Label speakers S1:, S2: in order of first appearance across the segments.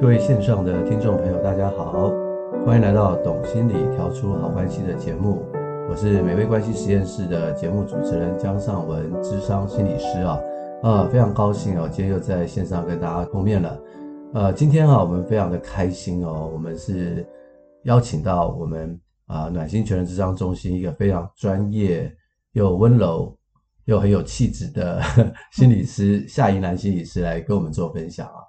S1: 各位线上的听众朋友，大家好，欢迎来到《懂心理调出好关系》的节目，我是美味关系实验室的节目主持人江尚文，智商心理师啊，呃，非常高兴哦，今天又在线上跟大家碰面了，呃，今天啊，我们非常的开心哦，我们是邀请到我们啊、暖心全人智商中心一个非常专业又温柔又很有气质的 心
S2: 嗯
S1: 理师夏怡兰心理师来跟我们做分享啊。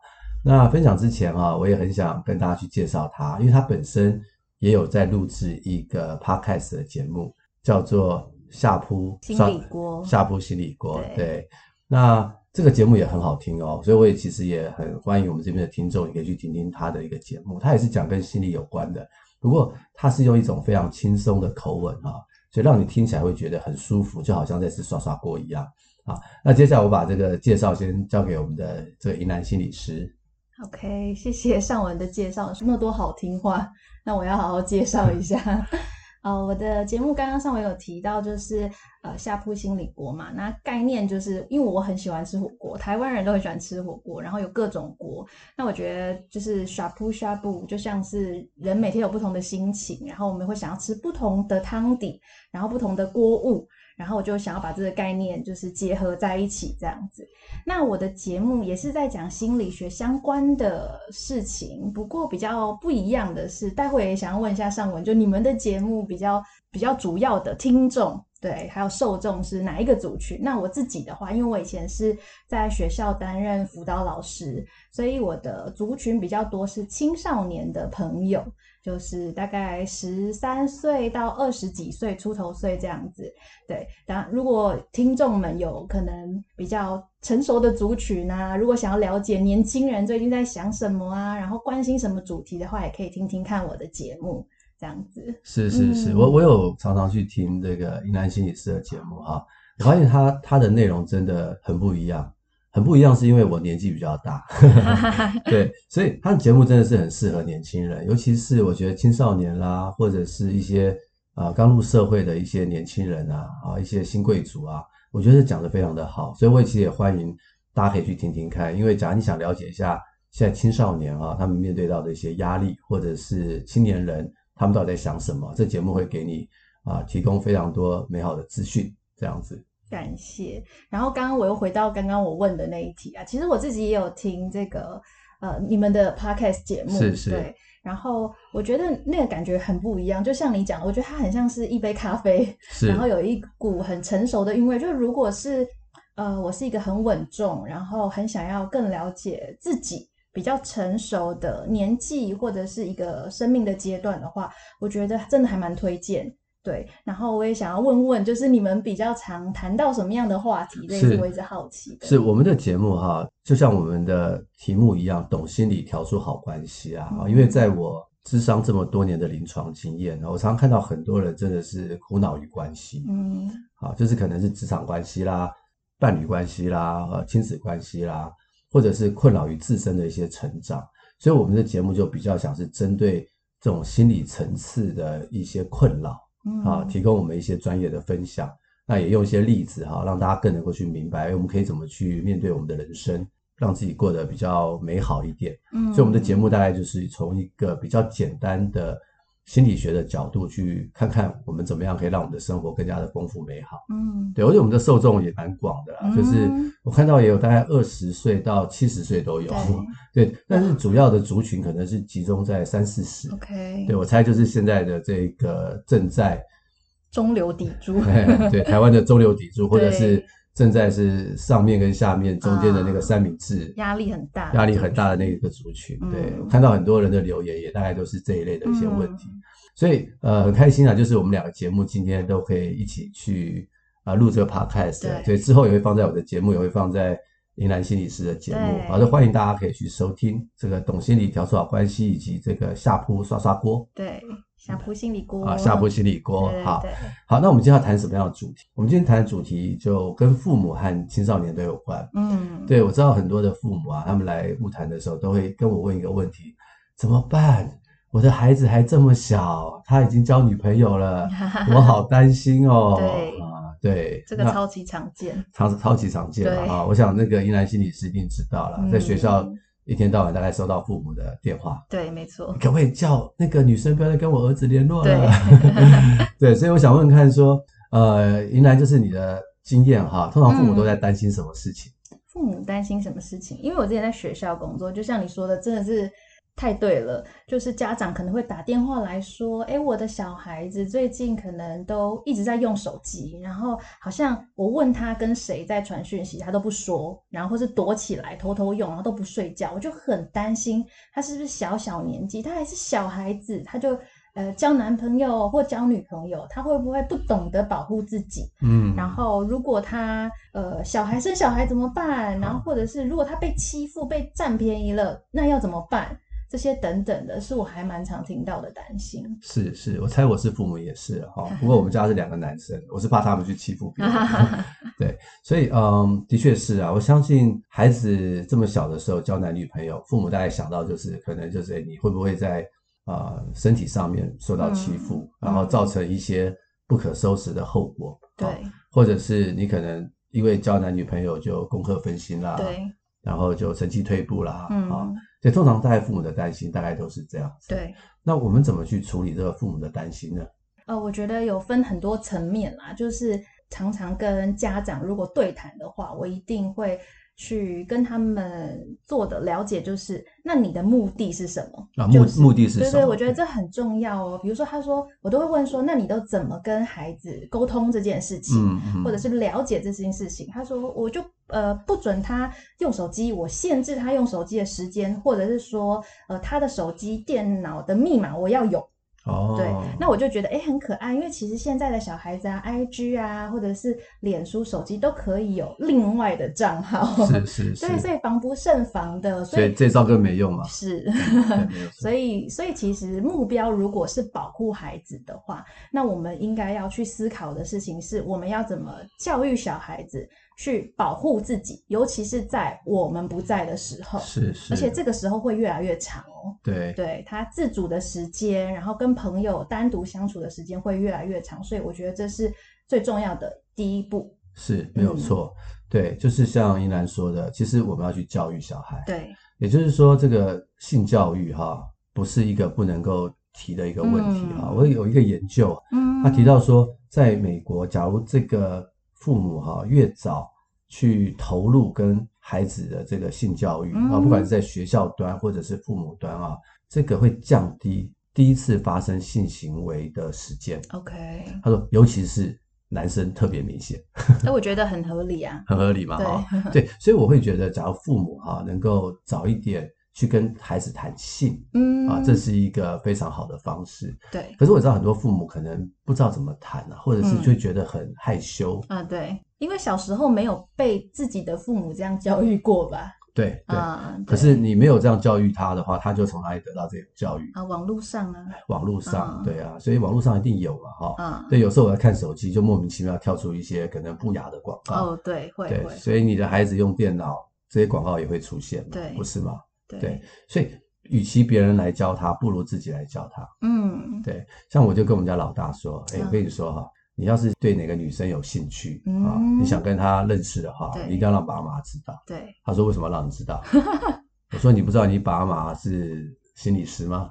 S1: 那分享之前啊，我也很想跟大家去介绍他，因为他本身也有在录制一个 podcast 的节目，叫做《下铺
S2: 心
S1: 上
S2: 理锅
S1: 下铺心理锅》
S2: 对
S1: 对，那这个节目也很好听哦，所以我也其实也很欢迎我们这边的听众，也可以去听听他的一个节目，他也是讲跟心理有关的，不过他是用一种非常轻松的口吻啊，所以让你听起来会觉得很舒服，就好像在吃刷刷锅一样。啊，那接下来我把这个介绍先交给我们的这个云南心理师。
S2: OK，谢谢 尚文的介绍，那么多好听话，那我要好好介绍一下。 呃，我的节目刚刚尚文有提到，就是呃下铺心理锅嘛，那概念就是因为我很喜欢吃火锅，台湾人都很喜欢吃火锅，然后有各种锅，那我觉得就是呷哺呷哺，就像是人每天有不同的心情，然后我们会想要吃不同的汤底，然后不同的锅物，然后我就想要把这个概念就是结合在一起这样子。那我的节目也是在讲心理学相关的事情，不过比较不一样的是，待会也想要问一下尚文，就你们的节目比较比较主要的听众。对，还有受众是哪一个族群？那我自己的话，因为我以前是在学校担任辅导老师，所以我的族群比较多是青少年的朋友，就是大概十三岁到二十几岁出头岁这样子。对，当然如果听众们有可能比较成熟的族群啊，如果想要了解年轻人最近在想什么啊，然后关心什么主题的话，也可以听听看我的节目这样子。
S1: 是是是，
S2: 嗯
S1: 我我有常常去听这个云南心理师的节目哈、我发现他他的内容真的很不一样，很不一样是因为我年纪比较大，对，所以他的节目真的是很适合年轻人，尤其是我觉得青少年啦，或者是一些啊刚入社会的一些年轻人啊，啊一些新贵族啊，我觉得讲的非常的好，所以我其实也欢迎大家可以去听听看，因为假如你想了解一下现在青少年啊，他们面对到的一些压力，或者是青年人他们到底在想什么，这节目会给你啊提供非常多美好的资讯，这样子。
S2: 感谢。然后刚刚我又回到刚刚我问的那一题啊，其实我自己也有听这个呃你们的 podcast 节目，
S1: 是是
S2: 对。然后我觉得那个感觉很不一样，就像你讲的，我觉得它很像是一杯咖啡，
S1: 是
S2: 然后有一股很成熟的韵味。就如果是呃，我是一个很稳重，然后很想要更了解自己。比较成熟的年纪或者是一个生命的阶段的话，我觉得真的还蛮推荐。对，然后我也想要问问，就是你们比较常谈到什么样的话题？这也
S1: 是
S2: 是我一直好奇的。
S1: 是我们的节目哈、就像我们的题目一样，懂心理调出好关系啊。
S2: 嗯
S1: 因为在我智商这么多年的临床经验，我常常看到很多人真的是苦恼于关系，
S2: 嗯，
S1: 啊，就是可能是职场关系啦、伴侣关系啦、呃亲子关系啦，或者是困扰于自身的一些成长。所以我们的节目就比较想是针对这种心理层次的一些困扰
S2: 嗯
S1: 啊，提供我们一些专业的分享。那也用一些例子哈、让大家更能够去明白，哎我们可以怎么去面对我们的人生，让自己过得比较美好一点。
S2: 嗯
S1: 所以我们的节目大概就是从一个比较简单的心理学的角度去看看，我们怎么样可以让我们的生活更加的丰富美好。
S2: 嗯，
S1: 对，而且我们的受众也蛮广的啦，
S2: 嗯
S1: 就是我看到也有大概二十岁到七十岁都有， 对但是主要的族群可能是集中在三四十。
S2: ，OK，
S1: 对，我猜就是现在的这个正在
S2: 中流砥柱，
S1: 对台湾的中流砥柱，或者
S2: 对
S1: 是正在是上面跟下面中间的那个
S2: 啊
S1: 三明治，
S2: 压力很大，
S1: 压力很大的那个族群。
S2: 嗯
S1: 对，我看到很多人的留言也大概都是这一类的一些问题，
S2: 嗯
S1: 所以呃很开心啊，就是我们两个节目今天都可以一起去啊、录这个 podcast，
S2: 对
S1: 所以之后也会放在我的节目，也会放在。林兰心理师的节目，
S2: 对
S1: 好的，欢迎大家可以去收听这个《懂心理调出好关系》以及这个下铺刷刷锅
S2: 对，下铺心理锅
S1: 嗯啊，下铺心理锅。
S2: 对
S1: 好
S2: 对，
S1: 好，那我们今天要谈什么样的主题？我们今天谈的主题就跟父母和青少年都有关。
S2: 嗯，
S1: 对，我知道很多的父母啊，他们来物谈的时候，都会跟我问一个问题：怎么办？我的孩子还这么小，他已经交女朋友了，我好担心哦。
S2: 对
S1: 啊，对，
S2: 这个
S1: 那
S2: 超级常见，
S1: 常超级常见了
S2: 对
S1: 啊！我想那个英兰心理师一定知道了，在学校
S2: 嗯
S1: 一天到晚大概收到父母的电话，
S2: 对，没错，
S1: 可不可以叫那个女生不要再跟我儿子联络
S2: 对
S1: 了？ 对，所以我想问看说，呃，迎来就是你的经验哈，通常父母
S2: 嗯
S1: 都在担心什么事情？
S2: 父母担心什么事情？因为我之前在学校工作，就像你说的，真的是太对了。就是家长可能会打电话来说：“哎，我的小孩子最近可能都一直在用手机，然后好像我问他跟谁在传讯息，他都不说，然后或是躲起来偷偷用，然后都不睡觉。”我就很担心他是不是小小年纪，他还是小孩子，他就呃交男朋友或交女朋友，他会不会不懂得保护自己？
S1: 嗯，
S2: 然后如果他呃小孩生小孩怎么办？然后或者是如果他被欺负、被占便宜了，那要怎么办？这些等等的，是我还蛮常听到的担心。
S1: 是是，我猜我是父母也是啊哈、不过我们家是两个男生，我是怕他们去欺负别人。对， 所以嗯，的确是啊，我相信孩子这么小的时候交男女朋友，父母大概想到就是可能就是诶哎你会不会在啊、呃身体上面受到欺负，
S2: 嗯
S1: 然后造成一些不可收拾的后果。
S2: 对、
S1: 啊或者是你可能因为交男女朋友就功课分心啦，，
S2: 对，
S1: 然后就成绩退步啦，
S2: 嗯，
S1: 啊，所以通常大概父母的担心大概都是这样子。
S2: 对。
S1: 那我们怎么去处理这个父母的担心呢？
S2: 呃，我觉得有分很多层面啦，就是常常跟家长如果对谈的话，我一定会去跟他们做的了解，就是那你的目的是什么？
S1: 啊，
S2: 就
S1: 目
S2: 是
S1: 目的是
S2: 对
S1: 什么？嗯
S2: 对，我觉得这很重要哦。比如说，他说我都会问说，那你都怎么跟孩子沟通这件事情，
S1: 嗯嗯，
S2: 或者是了解这件事情？他说我就呃不准他用手机，我限制他用手机的时间，或者是说呃他的手机、电脑的密码我要有。
S1: 哦，
S2: 对，那我就觉得诶很可爱，因为其实现在的小孩子啊，IG 啊，或者是脸书、手机都可以有另外的账号，
S1: 是是是，
S2: 对，所以防不胜防的，所
S1: 所以
S2: 以
S1: 这招更没 用嘛，
S2: 是。
S1: 对没有错
S2: 所以，所以其实目标如果是保护孩子的话，那我们应该要去思考的事情是，我们要怎么教育小孩子去保护自己，尤其是在我们不在的时候，
S1: 是是，
S2: 而且这个时候会越来越长哦。
S1: 对
S2: 对他自主的时间，然后跟朋友单独相处的时间会越来越长，所以我觉得这是最重要的第一步。
S1: 是没有
S2: 嗯
S1: 错，对，就是像依兰说的，其实我们要去教育小孩，
S2: 对，
S1: 也就是说，这个性教育哈，不是一个不能够提的一个问题哈。
S2: 嗯
S1: 我有一个研究，
S2: 嗯
S1: 他提到说，在美国，假如这个父母哈越早去投入跟孩子的这个性教育啊，
S2: 嗯
S1: 不管是在学校端或者是父母端啊，这个会降低第一次发生性行为的时间。
S2: OK，哎、
S1: 他说，尤其是男生特别明显。
S2: 我觉得很合理啊。
S1: 很合理嘛，
S2: 对
S1: 哈， 对，所以我会觉得，假如父母哈、能够早一点去跟孩子谈性
S2: 嗯
S1: 啊，这是一个非常好的方式。
S2: 对
S1: 可是我知道很多父母可能不知道怎么谈啊，或者
S2: 嗯
S1: 是就觉得很害羞，
S2: 啊、对，因为小时候没有被自己的父母这样教育过吧？
S1: 对对。
S2: 啊、对
S1: 可是你没有这样教育他的话，他就从哪里得到这种教育？
S2: 啊，网络上啊，
S1: 网络上，
S2: 嗯
S1: 对啊，所以网络上一定有嘛，哈、
S2: 啊、
S1: 对，有时候我在看手机，就莫名其妙跳出一些可能不雅的广告。
S2: 哦，对，会
S1: 对，
S2: 会，
S1: 所以你的孩子用电脑，这些广告也会出现嘛，
S2: 对
S1: 不是吗？
S2: 对，
S1: 对，所以与其别人来教他，不如自己来教他。
S2: 嗯
S1: 对，像我就跟我们家老大说，哎、
S2: 嗯
S1: 我跟你说哈，你要是对哪个女生有兴趣、啊，
S2: 嗯
S1: 你想跟她认识的话，
S2: 对
S1: 你一定要让爸妈知道。
S2: 对，
S1: 他说为什么要让你知 道？我说你不知道你爸妈是心理师 吗？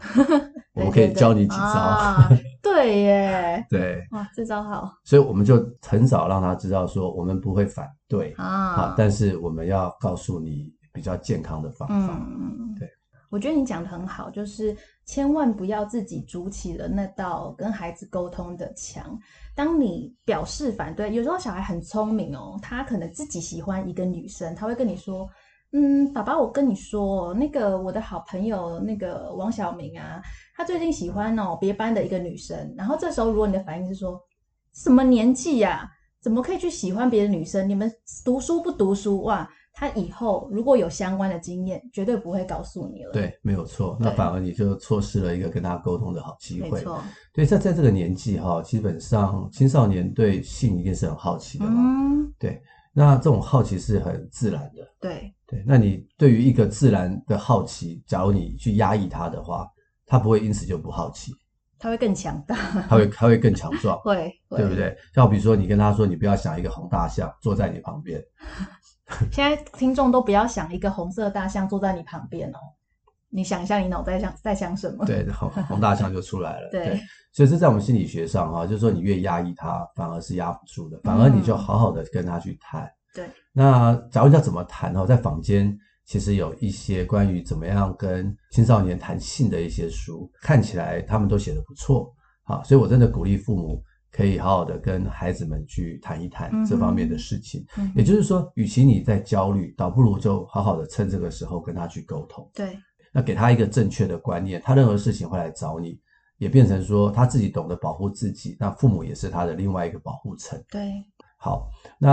S1: 我们可以
S2: 对对对
S1: 教你几招。
S2: 啊对耶，
S1: 对，
S2: 哇，这招好
S1: 所以我们就很早让他知道说，我们不会反对啊
S2: 啊，，
S1: 但是我们要告诉你比较健康的方法。
S2: 嗯，
S1: 对，
S2: 我觉得你讲的很好，就是千万不要自己筑起了那道跟孩子沟通的墙。当你表示反对，有时候小孩很聪明哦，他可能自己喜欢一个女生，他会跟你说。嗯，爸爸，我跟你说哦，那个我的好朋友那个王小明啊，他最近喜欢哦别班的一个女生。然后这时候，如果你的反应是说什么年纪呀、怎么可以去喜欢别的女生？你们读书不读书？哇，他以后如果有相关的经验，绝对不会告诉你了。，
S1: 对，没有错。那
S2: 对
S1: 反而你就错失了一个跟他沟通的好机
S2: 没
S1: 会。
S2: 错。
S1: 对，在在这个年纪哈、基本上青少年对性一定是很好奇的嘛。
S2: 嗯，
S1: 那这种好奇是很自然的。
S2: 对，
S1: 对，那你对于一个自然的好奇，假如你去压抑他的话，他不会因此就不好奇，
S2: 他会更强大，
S1: 他会他会更强
S2: ，
S1: 壮
S2: 会，会
S1: 对不？对？像比如说，你跟他说你不要想一个红大象坐在你旁边，
S2: 现在听众都不要想一个红色大象坐在你旁边哦，你想一下你脑袋想在想什 么？
S1: 对，红红大象就出来了。
S2: 对，
S1: 所以这在我们心理学上哈、啊就是说你越压抑它，反而是压不住的，反而你就好好的跟他去谈。
S2: 嗯对，
S1: 那假如要怎么谈哈，在坊间其实有一些关于怎么样跟青少年谈性的一些书，看起来他们都写得不错啊，所以我真的鼓励父母可以好好的跟孩子们去谈一谈这方面的事情。
S2: 嗯
S1: 也就是说，与其你在焦虑，倒不如就好好的趁这个时候跟他去沟通。
S2: 对
S1: 那给他一个正确的观念，他任何事情会来找你，也变成说他自己懂得保护自己，那父母也是他的另外一个保护层。
S2: 对，
S1: 好，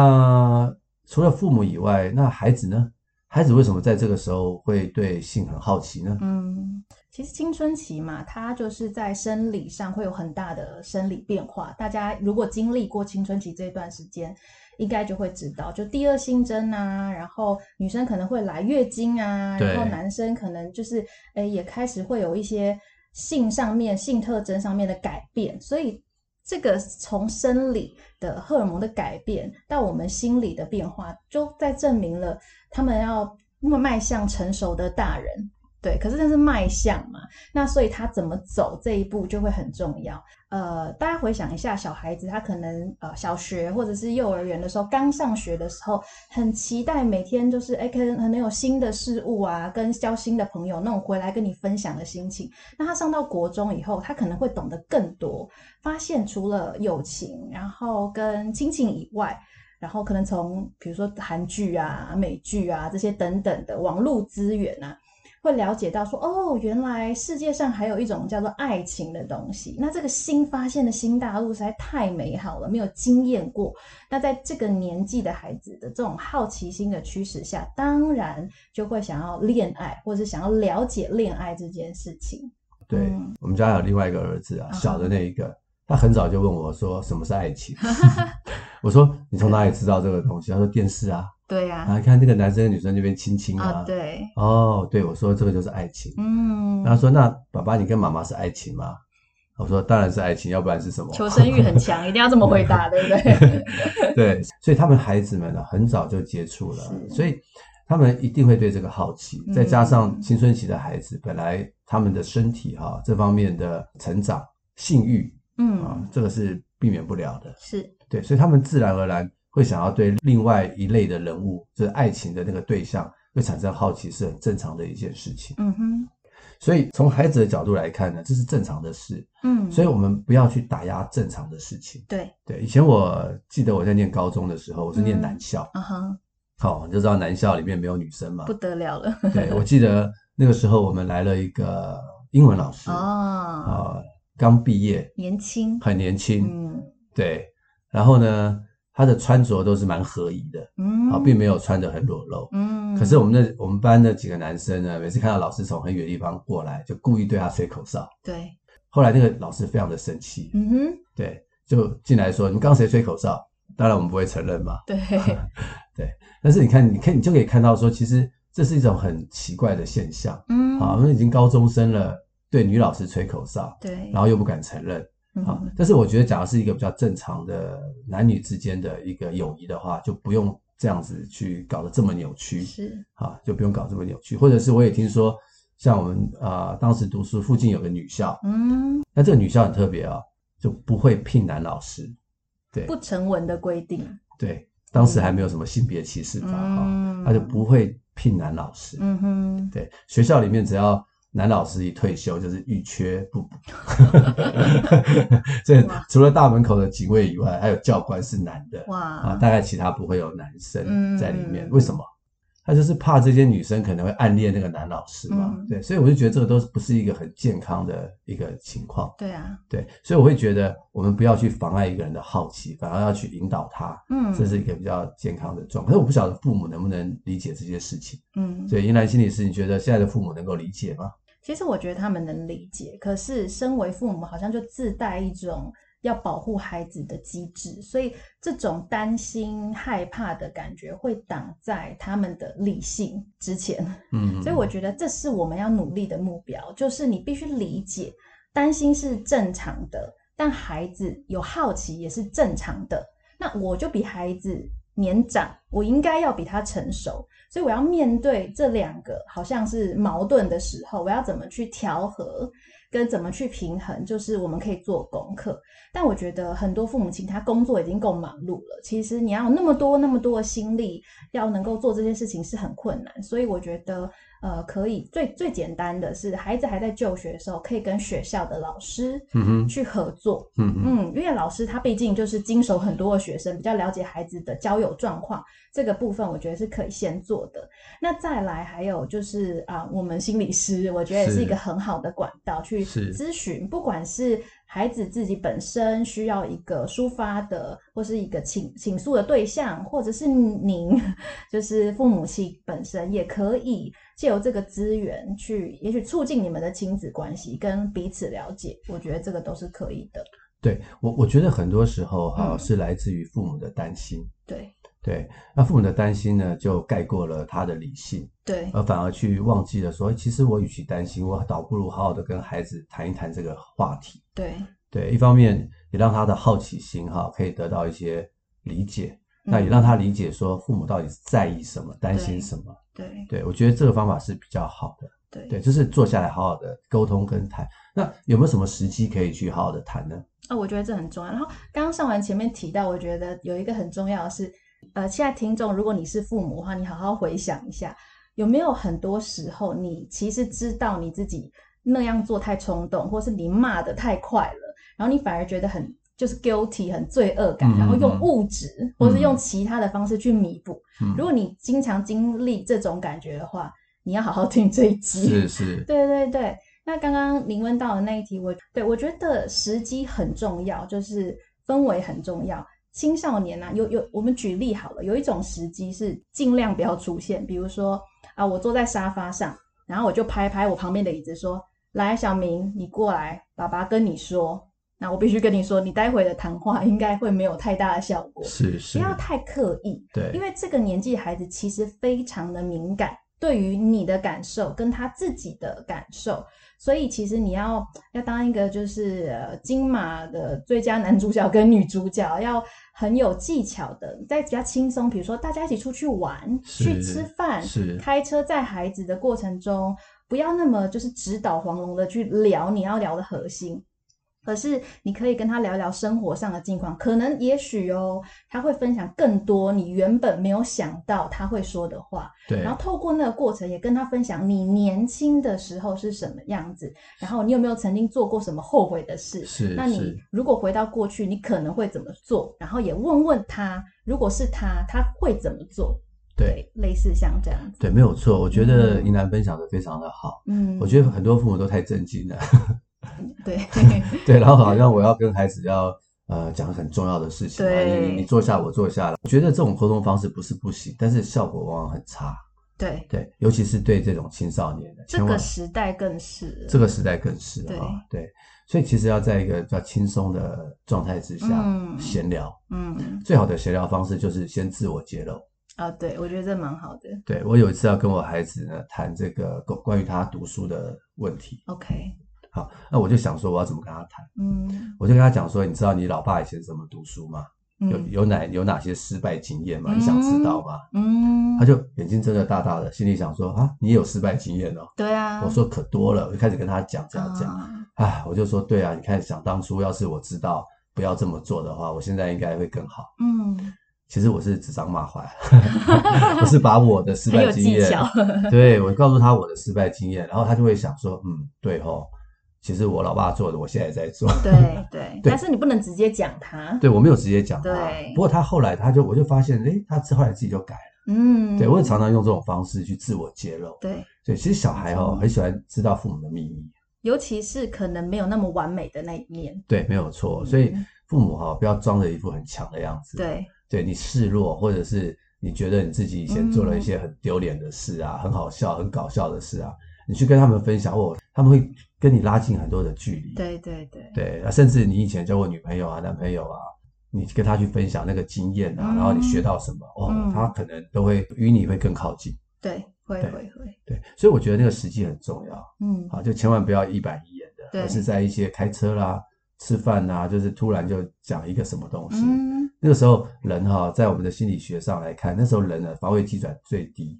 S1: 那除了父母以外，那孩子呢？孩子为什么在这个时候会对性很好奇呢？
S2: 嗯，其实青春期嘛，它就是在生理上会有很大的生理变化。大家如果经历过青春期这段时间，应该就会知道，就第二性征啊，然后女生可能会来月经啊，然后
S1: 对
S2: 男生可能就是诶也开始会有一些性上面、性特征上面的改变，所以。这个从生理的荷尔蒙的改变到我们心理的变化，就在证明了他们要迈向成熟的大人。对，可是那是迈向嘛，那所以他怎么走这一步就会很重要。呃，大家回想一下，小孩子他可能呃小学或者是幼儿园的时候，刚上学的时候，很期待每天就是哎，可能可能有新的事物啊，跟交新的朋友那种回来跟你分享的心情。那他上到国中以后，他可能会懂得更多，发现除了友情，然后跟亲情以外，然后可能从比如说韩剧啊、美剧啊这些等等的网络资源啊，会了解到说，哦，原来世界上还有一种叫做爱情的东西。那这个新发现的新大陆实在太美好了，没有经验过。那在这个年纪的孩子的这种好奇心的驱使下，当然就会想要恋爱，或是想要了解恋爱这件事情。
S1: 对、
S2: 嗯
S1: 我们家有另外一个儿子啊，
S2: 嗯
S1: 小的那一个，他很早就问我说什么是爱 情。我说你从哪里知道这个东西？他说电视啊，
S2: 对呀、
S1: 然后看那个男生跟女生那边亲亲啊。
S2: 对，
S1: 哦，对，我说这个就是爱情。
S2: 嗯
S1: 然后他说那爸爸，你跟妈妈是爱情吗？我说当然是爱情，要不然是什么？
S2: 求生欲很强，一定要这么回答，对不对？
S1: 对，所以他们孩子们呢，很早就接触了，
S2: 是
S1: 所以他们一定会对这个好奇。
S2: 嗯
S1: 再加上青春期的孩子，本来他们的身体哈、这方面的成长、性欲啊
S2: 嗯，，
S1: 这个是避免不了的。
S2: 是，
S1: 对，所以他们自然而然会想要对另外一类的人物，就是爱情的那个对象，会产生好奇，是很正常的一件事情。
S2: 嗯哼，
S1: 所以从孩子的角度来看呢，这是正常的事，
S2: 嗯，
S1: 所以我们不要去打压正常的事情。
S2: 对，
S1: 对，以前我记得我在念高中的时候，我是念
S2: 嗯
S1: 男校。
S2: 啊哈，
S1: 好，你就知道男校里面没有女生嘛
S2: 不。得了了，
S1: 对，我记得那个时候我们来了一个英文老师，啊、
S2: 哦，
S1: 刚毕业，
S2: 年轻，
S1: 很年轻，
S2: 嗯
S1: 对。然后呢，他的穿着都是蛮合宜的，
S2: 嗯，
S1: 啊，并没有穿得很裸露。
S2: 嗯，
S1: 可是我们的我们班的几个男生呢，每次看到老师从很远的地方过来，就故意对他吹口哨。
S2: 对，
S1: 后来那个老师非常的生气，
S2: 嗯哼，
S1: 对，就进来说：“你们刚刚谁吹口哨？”当然我们不会承认嘛。
S2: 对，
S1: 但是你看，你看你就可以看到说，其实这是一种很奇怪的现象。
S2: 嗯，
S1: 好，，那已经高中生了，对女老师吹口哨，
S2: 对，
S1: 然后又不敢承认
S2: 嗯
S1: 啊
S2: 哼。
S1: 但是我觉得，假如是一个比较正常的男女之间的一个友谊的话，就不用这样子去搞得这么扭曲
S2: 是，
S1: 啊，就不用搞这么扭曲。或者是我也听说，像我们啊、呃当时读书附近有个女校，
S2: 嗯，
S1: 那这个女校很特别啊、就不会聘男老师。对
S2: 不成文的规定，
S1: 对，当时还没有什么性别歧视法哈，
S2: 嗯，
S1: 她、就，不会聘男老师。
S2: 嗯哼，
S1: 对，学校里面只要男老师一退休，就是欲缺不补。 所以
S2: 哇
S1: 除了大门口的警卫以外，还有教官是男的啊，
S2: 哇，
S1: 大概其他不会有男生在里面。
S2: 嗯
S1: 为什么？他就是怕这些女生可能会暗恋那个男老师嘛。
S2: 嗯
S1: 对，所以我就觉得这个都是不是一个很健康的一个情况。
S2: 对啊，
S1: 对，所以我会觉得我们不要去妨碍一个人的好奇，反而要去引导他。
S2: 嗯，
S1: 这是一个比较健康的状况，可是我不晓得父母能不能理解这些事情。
S2: 嗯，
S1: 所以，英兰心理师，你觉得现在的父母能够理解吗？
S2: 其实我觉得他们能理解，可是身为父母好像就自带一种要保护孩子的机制，所以这种担心、害怕的感觉会挡在他们的理性之前。
S1: 嗯，
S2: 所以我觉得这是我们要努力的目标，就是你必须理解，担心是正常的，但孩子有好奇也是正常的。那我就比孩子年长，我应该要比他成熟，所以我要面对这两个好像是矛盾的时候，我要怎么去调和，跟怎么去平衡，就是我们可以做功课。但我觉得很多父母亲他工作已经够忙碌了，其实你要有那么多那么多的心力，要能够做这件事情是很困难。所以我觉得，呃，可以最最简单的是，孩子还在就学的时候，可以跟学校的老师
S1: 嗯哼，
S2: 去合作，
S1: 嗯哼，
S2: 嗯，因为老师他毕竟就是经手很多的学生，比较了解孩子的交友状况，这个部分我觉得是可以先做的。那再来还有就是啊，我们心理师我觉得也
S1: 是
S2: 是一个很好的管道去
S1: 是
S2: 咨询，不管是孩子自己本身需要一个抒发的，或是一个倾倾诉的对象，或者是您 就是父母亲本身也可以借由这个资源去，也许促进你们的亲子关系跟彼此了解，我觉得这个都是可以的。
S1: 对我我觉得很多时候哈、
S2: 嗯
S1: 是来自于父母的担心，
S2: 对。
S1: 对，那父母的担心呢就盖过了他的理性，
S2: 对，
S1: 而反而去忘记了说，诶其实我与其担心，我倒不如好好的跟孩子谈一谈这个话题。
S2: 对，嗯
S1: 对，一方面也让他的好奇心哈、可以得到一些理解，那也
S2: 嗯
S1: 让他理解说父母到底在意什么，担心
S2: 对
S1: 什么。
S2: 对
S1: 对，我觉得这个方法是比较好的。
S2: 对
S1: 对，就是坐下来好好的沟通跟谈。那有没有什么时机可以去好好的谈呢？
S2: 啊、我觉得这很重要。然后刚刚上完前面提到，我觉得有一个很重要的是，呃，现在听众，如果你是父母的话，你好好回想一下，有没有很多时候你其实知道你自己那样做太冲动，或是你骂的太快了，然后你反而觉得很就是 guilty，很罪恶感，然后
S1: 嗯嗯
S2: 用
S1: 嗯
S2: 物质或是用
S1: 嗯
S2: 其他的方式去弥补。
S1: 嗯
S2: 如果你经常经历这种感觉的话，你要好好听这一集。
S1: 是是，
S2: 对对对，那刚刚您问到的那一题，我对我觉得时机很重要，就是氛围很重要。青少年呢、有有，我们举例好了，有一种时机是尽量不要出现，比如说啊，我坐在沙发上，然后我就拍拍我旁边的椅子说：“来，小明，你过来，爸爸跟你说。”那我必须跟你说，你待会的谈话应该会没有太大的效果，
S1: 是
S2: 不
S1: 是，
S2: 要太刻意。
S1: 对，
S2: 因为这个年纪的孩子其实非常的敏感，对于你的感受跟他自己的感受，所以其实你要要当一个就是呃金马的最佳男主角跟女主角，要很有技巧的，在比较轻松，比如说大家一起出去玩、
S1: 是
S2: 去吃饭、
S1: 是
S2: 开车载孩子的过程中，不要那么就是直捣黄龙的去聊你要聊的核心，可是你可以跟他聊聊生活上的近况，可能也许哦，他会分享更多你原本没有想到他会说的话，
S1: 对
S2: 然后透过那个过程也跟他分享你年轻的时候是什么样子，然后你有没有曾经做过什么后悔的事？
S1: 是
S2: 那你
S1: 是
S2: 如果回到过去，你可能会怎么做？然后也问问他，如果是他，他会怎么做？
S1: 对，
S2: 类似像这样子，
S1: 对，没有错。我觉得
S2: 嗯
S1: 怡南分享的非常的好，
S2: 嗯，
S1: 我觉得很多父母都太震惊了。
S2: 得对，
S1: 对，然后好像我要跟孩子要呃讲很重要的事情啊，
S2: 对
S1: 你你你坐下，我坐下。我觉得这种沟通方式不是不行，但是效果往往很差。
S2: 对，
S1: 对，尤其是对这种青少年的，
S2: 这
S1: 千
S2: 个
S1: 万
S2: 时代更是
S1: 这个时代更是啊、对，所以其实要在一个比较轻松的状态之下、
S2: 嗯
S1: 闲聊，
S2: 嗯
S1: 最好的闲聊方式就是先自我揭露。
S2: 啊，对我觉得这蛮好的
S1: 对我有一次要跟我孩子呢谈这个关关于他读书的问题，
S2: ，OK，
S1: 好，那我就想说我要怎么跟他谈，
S2: 嗯，
S1: 我就跟他讲说，你知道你老爸以前怎么读书吗？有
S2: 嗯
S1: 有哪有哪些失败经验吗？你想知道吗？
S2: 嗯
S1: 他，就眼睛睁得大大的，心里想说啊，你也有失败经验哦。
S2: 对啊，
S1: 我说可多了，我就开始跟他讲
S2: 这
S1: 讲讲，
S2: 样，
S1: 哎，我就说对啊，你看想当初要是我知道不要这么做的话，我现在应该会更好。
S2: 嗯，
S1: 其实我是指桑骂 槐，我是把我的失
S2: 很
S1: 败
S2: 有
S1: 经
S2: 技
S1: 验，
S2: 巧，
S1: 对我告诉他我的失败经验，然后他就会想说，嗯，对吼，其实我老爸做的，我现在也在做。
S2: 对对，但是你不能直接讲他，
S1: 对，我没有直接讲他
S2: 对，
S1: 不过他后来他就我就发现，诶，他后来自己就改了。
S2: 嗯，
S1: 对我也常常用这种方式去自我揭露。
S2: 对，
S1: 对，其实小孩哦
S2: 嗯
S1: 很喜欢知道父母的秘密。
S2: 尤其是可能没有那么完美的那一面，
S1: 对，没有错。所以
S2: 嗯
S1: 父母哈、不要装着一副很强的样子。，
S2: 对
S1: 对你示弱，或者是你觉得你自己以前做
S2: 嗯
S1: 了一些很丢脸的事啊，很好笑、很搞笑的事啊，你去跟他们分享，哦，他们会跟你拉近很多的距离。
S2: 对对对，
S1: 对，啊甚至你以前交过女朋友啊、男朋友啊，你跟他去分享那个经验啊，
S2: 嗯
S1: 然后你学到什么，哦，
S2: 嗯
S1: 他可能都会与你会更靠近。
S2: 对会
S1: 对
S2: 会会，
S1: 对，所以我觉得那个时机很重要
S2: 嗯，
S1: 啊，就千万不要一板一眼的，
S2: 对
S1: 啊而是在一些开车啦、吃饭啦，就是突然就讲一个什么东西。
S2: 嗯，
S1: 那个时候人哈、在我们的心理学上来看，那时候人的防卫机转最 低，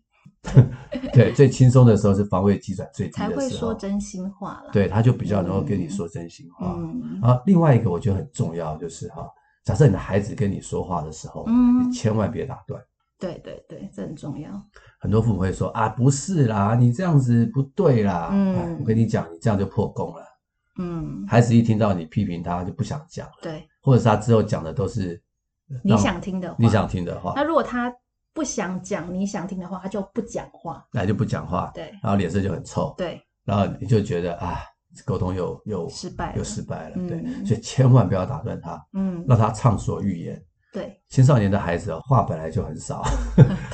S1: 对，最轻松的时候是防卫机转最低
S2: 才
S1: 的
S2: 会
S1: 时候
S2: 说，真心话啦。，
S1: 对，他就比较能够跟你说真心话。
S2: 嗯
S1: 啊，另外一个我觉得很重要就是哈、假设你的孩子跟你说话的时候，
S2: 嗯
S1: 你千万别打断。
S2: 对对对，这很重要。
S1: 很多父母会说啊，不是啦，你这样子不对啦。
S2: 嗯
S1: 哎我跟你讲，你这样就破功了。
S2: 嗯，
S1: 孩子一听到你批评他，就不想讲了，
S2: 对，
S1: 或者是他之后讲的都是
S2: 你
S1: 让
S2: 想听的话，
S1: 你想听的话
S2: 那，如果他不想讲你想听的话，他就不讲话。
S1: 那就不讲话，
S2: 对
S1: 然后脸色就很臭，
S2: 对，
S1: 然后你就觉得啊，沟通又又
S2: 失败
S1: 又
S2: 了。
S1: 失败了。
S2: 嗯
S1: 对，所以千万不要打断他，
S2: 嗯，
S1: 让他畅所欲言。
S2: 对
S1: 青少年的孩子哦话本来就很少，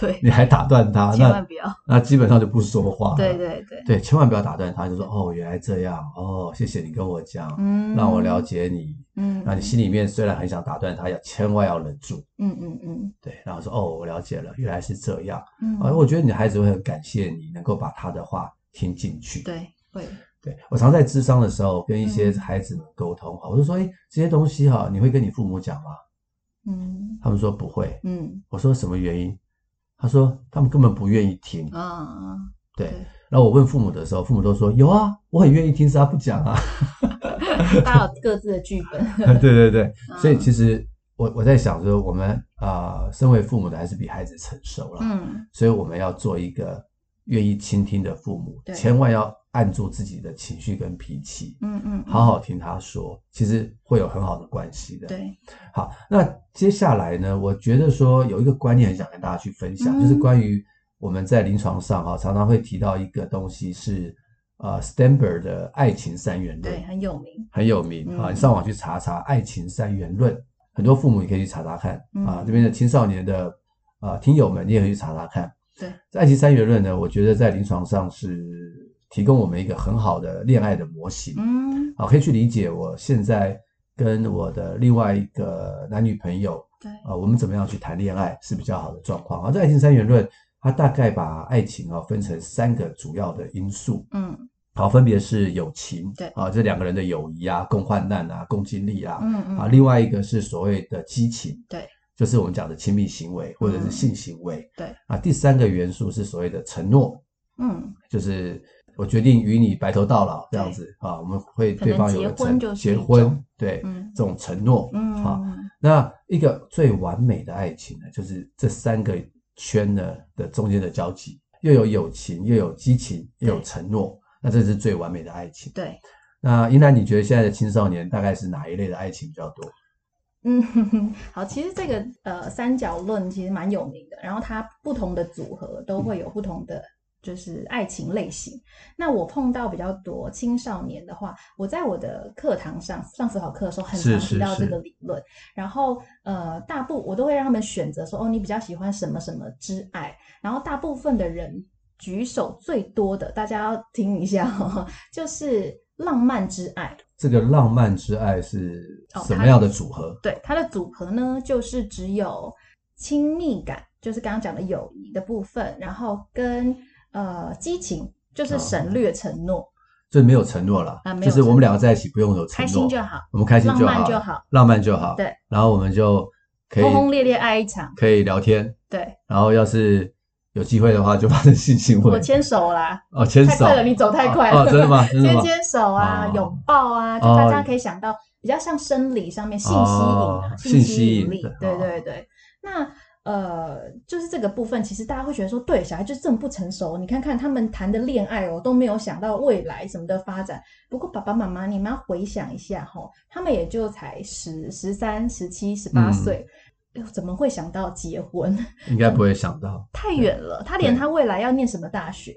S2: 对，
S1: 你还打断他，
S2: 千万
S1: 啊那啊
S2: 不要。
S1: 那基本上就不说话了。
S2: 对对对，
S1: 对，千万不要打断他，就说哦，原来这样，哦，谢谢你跟我讲，
S2: 嗯，
S1: 让我了。解你。
S2: 嗯，
S1: 那你心里面虽然很想打断他，要千万要忍住，
S2: 嗯嗯嗯
S1: 对，然后说哦，我了解了，原来是这样。
S2: 嗯，
S1: 啊，我觉得你的孩子会很感谢你能够把他的话听进去。
S2: 对会，
S1: 对，我常在智商的时候跟一些
S2: 嗯
S1: 孩子们沟通哈，我就说，哎，这些东西哈，你会跟你父母讲吗？
S2: 嗯
S1: 他们说不会。
S2: 嗯
S1: 我说什么原因？他说他们根本不愿意听。
S2: 啊，
S1: 对，然后我问父母的时候，父母都说有啊，我很愿意听，是他不讲 啊。
S2: 对大家有各自的剧本。
S1: 对对对，所以
S2: 嗯
S1: 其实我我在想说，我们啊、呃身为父母的还是比孩子成熟啦，
S2: 嗯，
S1: 所以我们要做一个愿意倾听的父母，
S2: 对
S1: 千万要按住自己的情绪跟脾气，
S2: 嗯嗯，
S1: 好，好听他说，其实会有很好的关系的。，
S2: 对，
S1: 好，那接下来呢，我觉得说有一个观念很想跟大家去分享，
S2: 嗯
S1: 就是关于我们在临床上哈、常常会提到一个东西是。呃，Stanford 的爱情三元论，
S2: 对，很有名。
S1: 很有名啊，
S2: 嗯
S1: 你上网去查查《爱情三元论》，很多父母也可以去查查看
S2: 嗯
S1: 啊。这边的青少年的啊听友们，你也可以去查查看。
S2: 对，
S1: 《爱情三元论》呢，我觉得在临床上是提供我们一个很好的恋爱的模型
S2: 嗯，
S1: 啊，可以去理解我现在跟我的另外一个男女朋友
S2: 对，
S1: 啊，我们怎么样去谈恋爱是比较好的状况啊。这《爱情三元论》它大概把爱情啊分成三个主要的因素，
S2: 嗯
S1: 好，分别是友情，
S2: 对
S1: 啊，这两个人的友谊啊，共患难啊，共经历啊，
S2: 嗯
S1: 啊，
S2: 嗯，
S1: 另外一个是所谓的激情，
S2: 对，嗯
S1: 就是我们讲的亲密行为或者是性行为，
S2: 对，
S1: 啊，第三个元素是所谓的承诺，
S2: 嗯，
S1: 就是我决定与你白头到老这
S2: 对
S1: 样子啊，我们会
S2: 可
S1: 对
S2: 能
S1: 方有
S2: 结
S1: 个
S2: 婚
S1: 承
S2: 就是
S1: 结
S2: 一种
S1: 婚，对，
S2: 嗯
S1: 这种承诺，
S2: 嗯
S1: 啊，那一个最完美的爱情呢，就是这三个圈呢的中间的交集，又有友情，又有激情，又有
S2: 对
S1: 承诺，那这是最完美的爱情。
S2: 对，
S1: 那英兰，你觉得现在的青少年大概是哪一类的爱情比较多？
S2: 嗯，好，其实这个呃三角论其实蛮有名的，然后它不同的组合都会有不同的就是爱情类型。那我碰到比较多青少年的话，我在我的课堂上上辅导课的时候，很
S1: 是
S2: 常
S1: 是
S2: 提到这
S1: 是
S2: 个理论。然后呃，大部我都会让他们选择说，哦，你比较喜欢什么什么之爱。然后大部分的人举手最多的，大家要听一下、哦， 就是浪漫之爱。
S1: 这个浪漫之爱是
S2: 哦
S1: 什么样的组合？
S2: 对，它的组合呢，就是只有亲密感，就是刚刚讲的友谊的部分，然后跟呃激情，就是
S1: 哦
S2: 省略承诺，
S1: 就是没有承诺了，
S2: 啊没
S1: 就
S2: 有
S1: 是我们两个在一起不用有承诺
S2: 开心，就好，
S1: 我们开心就
S2: 浪
S1: 好，
S2: 漫就好，
S1: 浪漫就好。
S2: 对，
S1: 然后我们就可以
S2: 轰轰烈烈爱一场。
S1: 可以聊天，
S2: 对
S1: 然后要是有机会的话，就发生性行
S2: 我
S1: 为。
S2: 牵手啦，
S1: 哦，牵手，
S2: 太快了，你走太快了。
S1: 哦，真的 吗？真的
S2: 牵
S1: 吗？
S2: 牵手啊，
S1: 哦
S2: 拥抱啊，就
S1: 哦
S2: 大家可以想到比较像生理上面性吸引啊，
S1: 哦
S2: 性
S1: 性吸
S2: 吸
S1: 引
S2: 引力
S1: 的，
S2: 对
S1: 哦
S2: 对对。那呃，就是这个部分，其实大家会觉得说，对，小孩就是这么不成熟。你看看他们谈的恋爱哦，都没有想到未来什么的发展。不过爸爸妈妈，你们要回想一下哈、他们也就才十、十三、十七、十八
S1: 嗯
S2: 岁，哎呦怎么会想到结婚？
S1: 应该不会想到。
S2: 太远了，他连
S1: 对
S2: 他未来要念什么大学、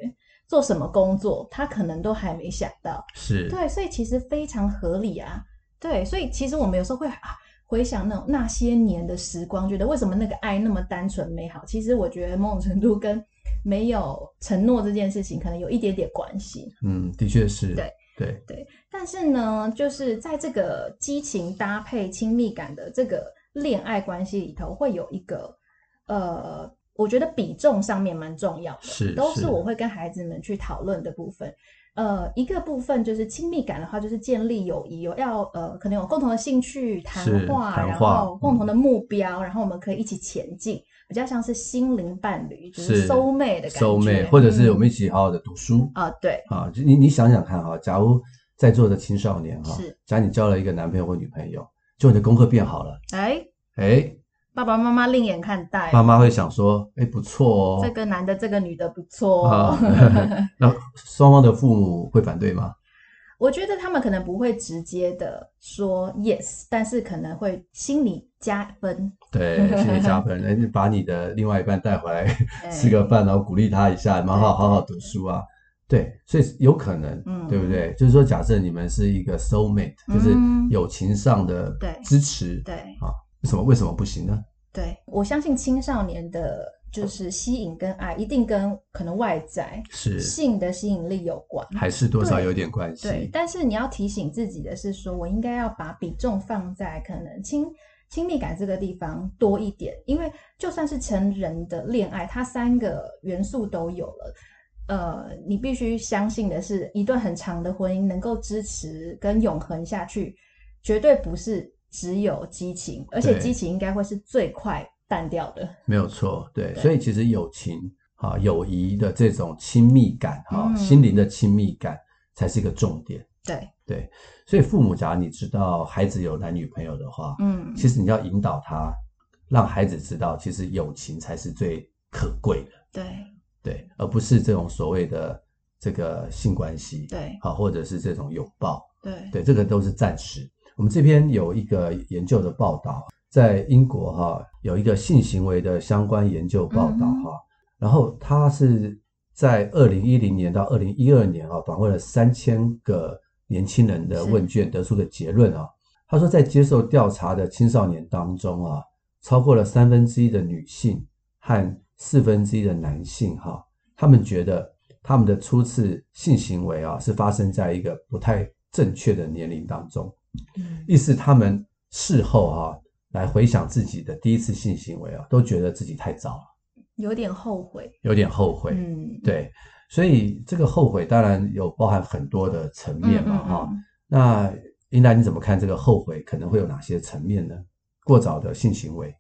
S2: 做什么工作，他可能都还没想到。
S1: 是，
S2: 对，所以其实非常合理啊。对，所以其实我们有时候会啊回想那种那些年的时光，觉得为什么那个爱那么单纯美好？其实我觉得某种程度跟没有承诺这件事情可能有一点点关系。
S1: 嗯，的确是。
S2: 对
S1: 对，
S2: 但是呢，就是在这个激情搭配亲密感的这个恋爱关系里头，会有一个呃我觉得比重上面蛮重要的，
S1: 是
S2: 都是我会跟孩子们去讨论的部分。呃，一个部分就是亲密感的话，就是建立友谊，有要呃，可能有共同的兴趣、谈
S1: 是
S2: 话，
S1: 谈
S2: 然
S1: 话嗯
S2: 后共同的目标，然后我们可以一起前进，比较像是心灵伴侣，就是是 soul mate 的感觉，
S1: 收妹，或者是我们
S2: 嗯
S1: 一起好好的读书
S2: 啊、对，
S1: 啊。就你你想想看哈，假如在座的青少年哈
S2: 是，
S1: 假如你交了一个男朋友或女朋友，就你的功课变好了，
S2: 哎，
S1: 哎，
S2: 爸爸妈妈另眼看待，
S1: 妈妈会想说，哎，不错
S2: 这
S1: 哦。
S2: 个男的，这个女的不错、
S1: 啊
S2: 哦。，
S1: 那双方的父母会反对吗？
S2: 我觉得他们可能不会直接的说 yes，但是可能会心里加分，
S1: 对，心理加分，哎，你把你的另外一半带回来
S2: 哎
S1: 吃个饭，然后鼓励他一下，蛮好，
S2: 对
S1: 好好读书啊。对，所以有可能，
S2: 嗯
S1: 对不对？就是说，假设你们是一个 soul mate，、就是
S2: 嗯
S1: 友情上的
S2: 对
S1: 支持，
S2: 对
S1: 为什么为什么不行呢？
S2: 对，我相信青少年的就是吸引跟爱，一定跟可能外在
S1: 是
S2: 性的吸引力有关。
S1: 还是多少
S2: 对
S1: 有点关系。
S2: 对，但是你要提醒自己的是说，我应该要把比重放在可能亲亲密感这个地方多一点，因为就算是成人的恋爱，它三个元素都有了。呃，你必须相信的是，一段很长的婚姻能够支持跟永恒下去，绝对不是只有激情，而且
S1: 对
S2: 激情应该会是最快淡掉的。
S1: 没有错，对，
S2: 对
S1: 所以其实友情啊、友谊的这种亲密感哈、
S2: 嗯
S1: 心灵的亲密感才是一个重点。
S2: 对，
S1: 所以父母，假如你知道孩子有男女朋友的话，
S2: 嗯，
S1: 其实你要引导他，让孩子知道，其实友情才是最可贵的，
S2: 嗯对
S1: 对，而不是这种所谓的这个性关系，
S2: 对
S1: 好，或者是这种拥抱，
S2: 对，
S1: 对，这个都是暂时。我们这边有一个研究的报道，在英国哈、有一个性行为的相关研究报道
S2: 嗯
S1: 哈、然后它是在二零一零年到二零一二年啊，访问了三千个年轻人的问卷，得出的结论啊，他说在接受调查的青少年当中啊，超过了三分之一的女性和四分之一的男性哈、他们觉得他们的初次性行为啊是发生在一个不太正确的年龄当中，
S2: 嗯
S1: 意思他们事后啊来回想自己的第一次性行为啊，都觉得自己太早了，
S2: 有点后悔。
S1: 有点后悔。
S2: 嗯，
S1: 对，所以这个后悔当然有包含很多的层
S2: 嗯，
S1: 面嘛
S2: 嗯
S1: 哈、
S2: 嗯
S1: 那英兰你怎么看这个后悔可能会有哪些层面呢？过早的性行为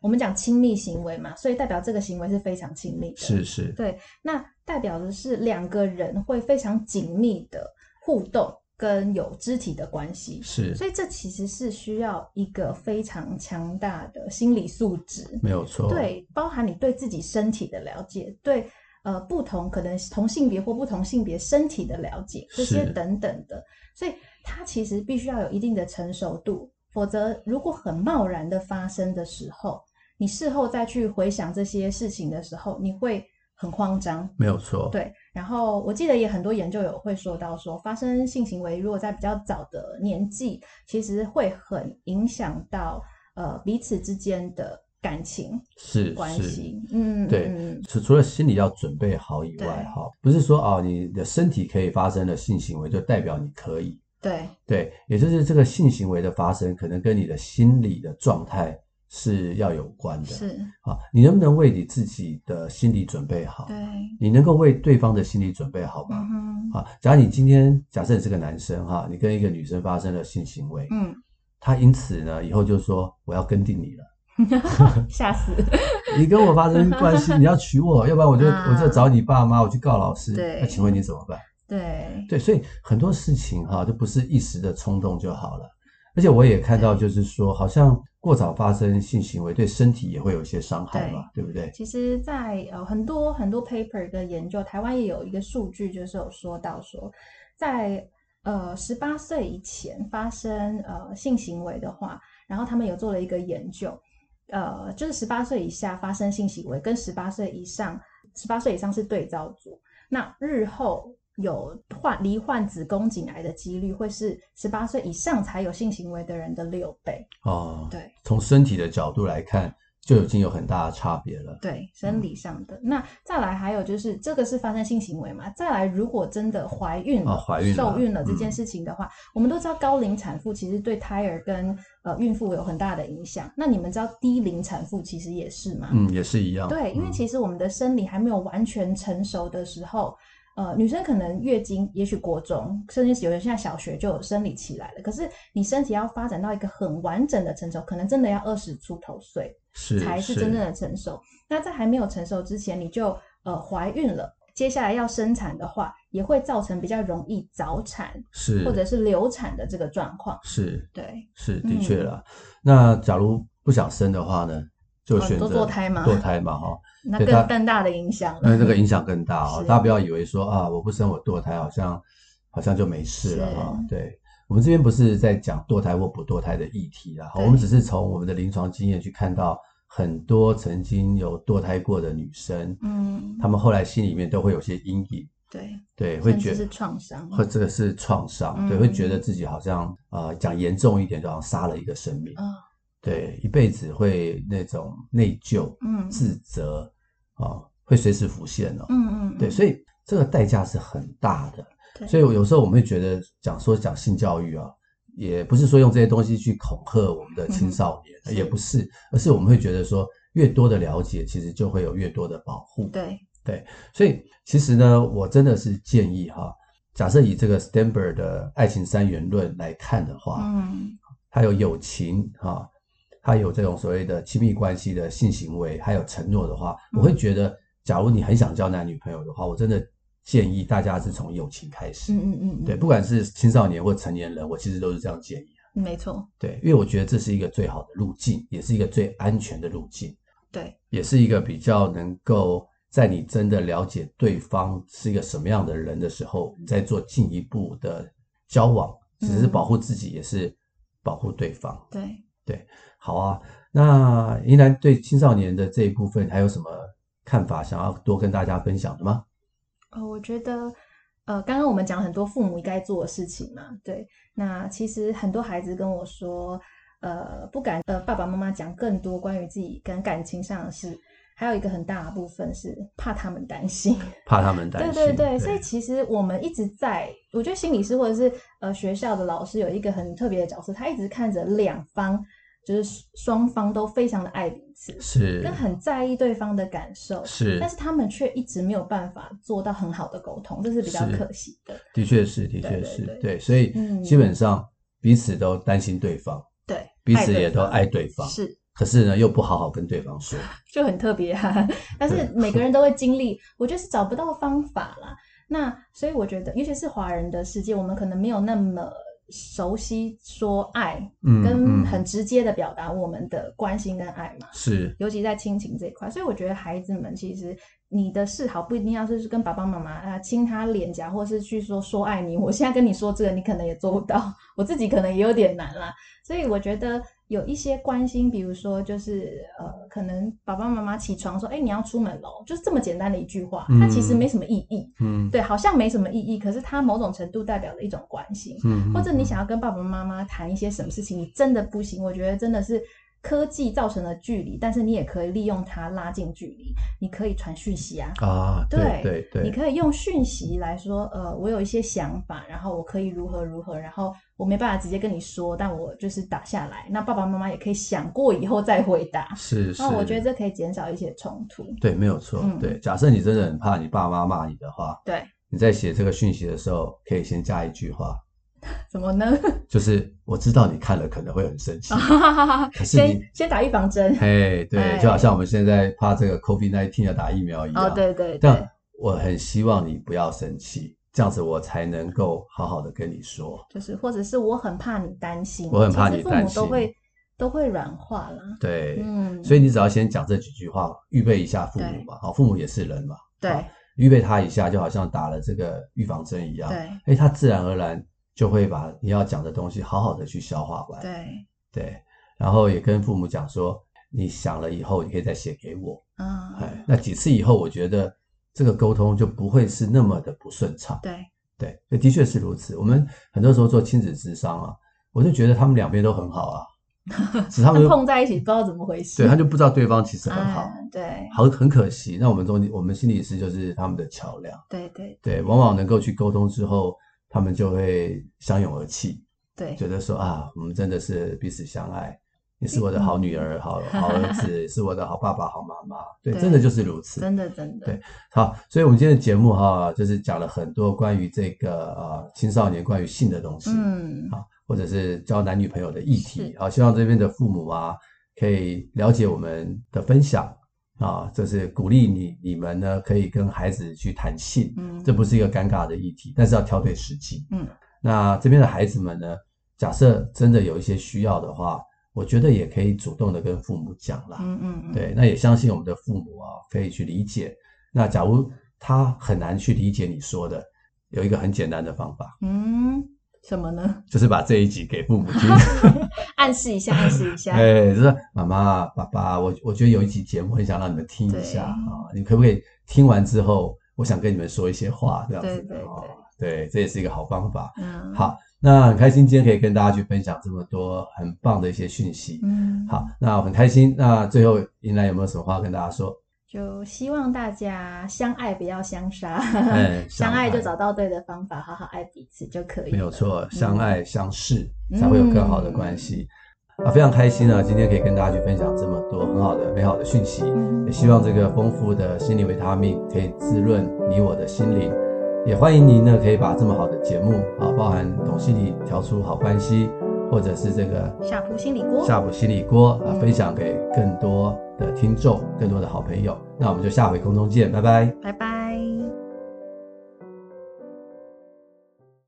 S2: 我们讲亲密行为嘛，所以代表这个行为是非常亲密的。，
S1: 是
S2: 那代表的是两个人会非常紧密的互动跟有肢体的关系，
S1: 是
S2: 所以这其实是需要一个非常强大的心理素质，
S1: 没有错。
S2: 对，包含你对自己身体的了解，对。呃，不同可能同性别或不同性别身体的了解，这些
S1: 是
S2: 等等的，所以它其实必须要有一定的成熟度，否则如果很贸然的发生的时候，你事后再去回想这些事情的时候，你会很慌张。
S1: 没有错。
S2: 对，然后我记得也很多研究有会说到说，发生性行为如果在比较早的年纪，其实会很影响到呃彼此之间的感情
S1: 是
S2: 关
S1: 是。
S2: 系。嗯，
S1: 对
S2: 嗯
S1: 除除了心理要准备好以
S2: 对
S1: 外，哈，不是说哦，你的身体可以发生的性行为就代表你可以，
S2: 对
S1: 对，也就是这个性行为的发生，可能跟你的心理的状态是要有关的。
S2: 是，
S1: 啊，你能不能为你自己的心理准备好
S2: 对？，
S1: 你能够为对方的心理准备好吗
S2: 嗯？哼，
S1: 啊，假如你今天假设你是个男生哈、你跟一个女生发生了性行为，
S2: 嗯，
S1: 他因此呢以后就说我要跟定你 了，
S2: 吓死，
S1: 你跟我发生关系，你要娶我，要不然我就我就
S2: 啊
S1: 找你爸妈，我去告老师。
S2: 对
S1: 那请问你怎么办？
S2: 对
S1: 对，所以很多事情哈、都不是一时的冲动就好了。而且我也看到，就是说，好像过早发生性行为对身体也会有一些伤害嘛，对不对？
S2: 其实在，呃很多很多 paper 的研究，台湾也有一个数据，就是有说到说，在呃十八岁以前发生呃性行为的话，然后他们有做了一个研究，呃，就是十八岁以下发生性行为跟十八岁以上，十八岁以上是对照组，那日后。有患罹患子宫颈癌的几率会是十八岁以上才有性行为的人的六倍，
S1: 哦，
S2: 对
S1: 从身体的角度来看，就已经有很大的差别了。
S2: 对，生理上的。那再来还有就是，这个是发生性行为嘛？再来，如果真的怀孕了、
S1: 哦怀孕了
S2: 受孕了这件
S1: 嗯
S2: 事情的话，我们都知道高龄产妇其实对胎儿跟呃孕妇有很大的影响。那你们知道低龄产妇其实也是吗？
S1: 嗯，也是一样。
S2: 对，因为
S1: 嗯
S2: 其实我们的生理还没有完全成熟的时候，呃，女生可能月经，也许国中，甚至有的现在小学就有生理期来了。可是你身体要发展到一个很完整的成熟，可能真的要二十出头岁
S1: 是
S2: 才是真正的成熟。那在还没有成熟之前，你就呃怀孕了，接下来要生产的话，也会造成比较容易早产
S1: 是
S2: 或者是流产的这个状况。
S1: 是
S2: 对，
S1: 是的确
S2: 嗯
S1: 啦。那假如不想生的话呢，就
S2: 哦
S1: 选择
S2: 多堕胎吗
S1: 堕胎嘛哈，
S2: 那
S1: 对
S2: 更
S1: 它
S2: 更大的影响了。
S1: 那这个影响更大哦。
S2: 是
S1: 大家不要以为说啊，我不生我堕胎好像好像就没事了哈、
S2: 是
S1: 对我们这边不是在讲堕胎或不堕胎的议题啦，
S2: 对
S1: 我们只是从我们的临床经验去看到很多曾经有堕胎过的女生，
S2: 嗯，
S1: 她们后来心里面都会有些阴影，
S2: 对，
S1: 对，会
S2: 甚
S1: 觉
S2: 至是创伤。
S1: 或这个是创伤，对，
S2: 嗯
S1: 会觉得自己好像呃讲严重一点，就好像杀了一个生命，
S2: 嗯
S1: 对，一辈子会那种内疚、
S2: 嗯
S1: 自责啊、会随时浮现哦。
S2: 嗯嗯，
S1: 对，
S2: 嗯
S1: 所以这个代价是很大的。
S2: 对
S1: 所以有时候我们会觉得讲说讲性教育啊，也不是说用这些东西去恐吓我们的青少年，
S2: 嗯哼
S1: 也
S2: 是
S1: 不是，而是我们会觉得说越多的了解，其实就会有越多的保护。
S2: 对，
S1: 所以其实呢，我真的是建议哈、假设以这个 Stanberg 的爱情三元论来看的话，
S2: 嗯
S1: 它有友情哈、它有这种所谓的亲密关系的性行为，还有承诺的话，
S2: 嗯
S1: 我会觉得，假如你很想交男女朋友的话，我真的建议大家是从友情开始。
S2: 嗯嗯嗯，
S1: 对，，不管是青少年或成年人，我其实都是这样建议。
S2: 没错，
S1: 对，因为我觉得这是一个最好的路径，也是一个最安全的路径，
S2: 对，
S1: 也是一个比较能够在你真的了解对方是一个什么样的人的时候，你再做进一步的交往，只是
S2: 嗯
S1: 保护自己，也是保护对方。
S2: 对，
S1: 好啊，那宜兰对青少年的这一部分还有什么看法，想要多跟大家分享的吗？
S2: 呃，我觉得，呃，刚刚我们讲很多父母该做的事情嘛，对，那其实很多孩子跟我说，呃，不敢呃爸爸妈妈讲更多关于自己跟感情上的事，还有一个很大的部分是怕他们担心。
S1: 怕他们担心。
S2: 对对对，所以其实我们一直在，我觉得心理师或者是呃学校的老师有一个很特别的角色，他一直看着两方，就是双方都非常的爱彼此，
S1: 是
S2: 跟很在意对方的感受，
S1: 是
S2: 但，是他们却一直没有办法做到很好的沟通，这是比较
S1: 是
S2: 可惜的。
S1: 的确是，的
S2: 对
S1: 确
S2: 对
S1: 是
S2: 对
S1: 对，所以
S2: 嗯
S1: 基本上彼此都担心对方，
S2: 对，
S1: 彼
S2: 爱
S1: 此
S2: 对
S1: 也都
S2: 方
S1: 爱对方，
S2: 是
S1: 可是呢又不好好跟对方说。
S2: 就很特别啊。 但是
S1: 对
S2: 每个人都会经历，我觉得是找不到方法啦。那所以我觉得，尤其是华人的世界，我们可能没有那么熟悉说爱，
S1: 嗯
S2: 跟
S1: 嗯
S2: 很直接的表达我们的关心跟爱嘛。
S1: 是
S2: 尤其在亲情这一块，所以我觉得孩子们其实你的示好不一定要是跟爸爸妈妈啊亲他脸颊，或是去说说爱你。我现在跟你说这个，你可能也做不到， 我自己可能也有点难啦。所以我觉得有一些关心，比如说就是呃，可能爸爸妈妈起床说，哎、你要出门喽，就是这么简单的一句话，它其实没什么意义。
S1: 嗯
S2: 对，好像没什么意义，可是它某种程度代表了一种关心。
S1: 嗯
S2: 或者你想要跟爸爸妈妈谈一些什么事情，你真的不行，我觉得真的是科技造成了距离，但是你也可以利用它拉近距离，你可以传讯息啊。
S1: 啊，对
S2: 对
S1: 对
S2: 你
S1: 对，
S2: 可以用讯息来说，呃，我有一些想法，然后我可以如何如何，然后我没办法直接跟你说，但我就是打下来。那爸爸妈妈也可以想过以后再回答。
S1: 是是，
S2: 那我觉得这可以减少一些冲突。
S1: 对没有错。
S2: 嗯
S1: 对，假设你真的很怕你爸妈骂你的话，
S2: 对，
S1: 你在写这个讯息的时候，可以先加一句话，
S2: 怎么呢？
S1: 就是我知道你看了可能会很生气。可 是你
S2: 哦 先先打预防针。
S1: 嘿，对，
S2: 哎
S1: 就好像我们现在怕这个 COVID 1 9要打疫苗一样。
S2: 哦，对对对
S1: 但，我很希望你不要生气，这样子我才能够好好的跟你说。
S2: 就是或者是我很怕你担心，
S1: 我很怕
S2: 其
S1: 你
S2: 实父
S1: 担
S2: 母
S1: 心
S2: 都会都会软化啦。
S1: 对，
S2: 嗯，
S1: 所
S2: 以
S1: 以你只要先讲这几句话，预备一下父母
S2: 对
S1: 嘛。哦好，父母也是人嘛，
S2: 对
S1: 啊预备他一下，就好像打了这个预防针一样。
S2: 对
S1: 哎，他自然而然就会把你要讲的东西好好的去消化完。
S2: 对，
S1: 对然后也跟父母讲说，你想了以后，你可以再写给我。哎
S2: 嗯，，
S1: 那几次以后，我觉得这个沟通就不会是那么的不顺畅。
S2: 对
S1: 对，所以 的确是如此。我们很多时候做亲子智商啊，我就觉得他们两边都很好啊，只是他们就
S2: 碰在一起，不知道怎么回事。
S1: 对他就不知道对方其实很好
S2: 啊，，对
S1: 好很可惜。那我们中我们心理师就是他们的桥梁，
S2: 对对
S1: 对，往往能够去沟通之后，他们就会相拥而泣，
S2: 对，
S1: 觉得说啊，我们真的是彼此相爱，你是我的好女儿、好好儿子，是我的好爸爸、好妈妈。对，
S2: 对
S1: 真的就是如此。
S2: 真的真的，
S1: 对好，所以我们今天的节目哈、就是讲了很多关于这个呃青少年关于性的东西。
S2: 嗯，
S1: 啊，或者是交男女朋友的议题
S2: 是
S1: 啊，希望这边的父母啊可以了解我们的分享啊，就是鼓励你你们呢可以跟孩子去谈性，
S2: 嗯
S1: 这不是一个尴尬的议题，但是要挑对时机。
S2: 嗯，
S1: 那这边的孩子们呢，假设真的有一些需要的话，我觉得也可以主动的跟父母讲啦。
S2: 嗯嗯嗯，
S1: 对，那也相信我们的父母啊，可以去理解。那假如他很难去理解你说的，有一个很简单的方法，
S2: 嗯，什 么呢？
S1: 就是把这一集给父 母听。
S2: 暗示一下，暗示一 下，
S1: 哎，就是妈妈、爸爸，我我觉得有一集节目很想让你们听一下啊，你可不可以听完之后，我想跟你们说一些话，这样子
S2: 对对
S1: 啊，对，这也是一个好方法。
S2: 嗯，，
S1: 好，那很开心今天可以跟大家去分享这么多很棒的一些讯息。
S2: 嗯，
S1: 好，那我很开心。那最后，云兰有没有什么话要跟大家说？
S2: 就希望大家相爱不要相杀，
S1: 哎相
S2: 嗯 相爱就
S1: 爱
S2: 找到对的方法，好好爱彼此就可以了。
S1: 没有错，相爱相视、
S2: 嗯
S1: 才会有更好的关系。啊，非常开心啊，今天可以跟大家去分享这么多很好的、美好的讯息。
S2: 嗯
S1: 也希望这个丰富的心理维他命可以滋润你我的心灵。也欢迎您呢，可以把这么好的节目啊，包含懂心理调出好关系，或者是这个
S2: 下铺心理锅，
S1: 夏普心理锅啊，
S2: 嗯
S1: 分享给更多的听众、更多的好朋友。那我们就下回空中见，拜拜。
S2: 拜拜。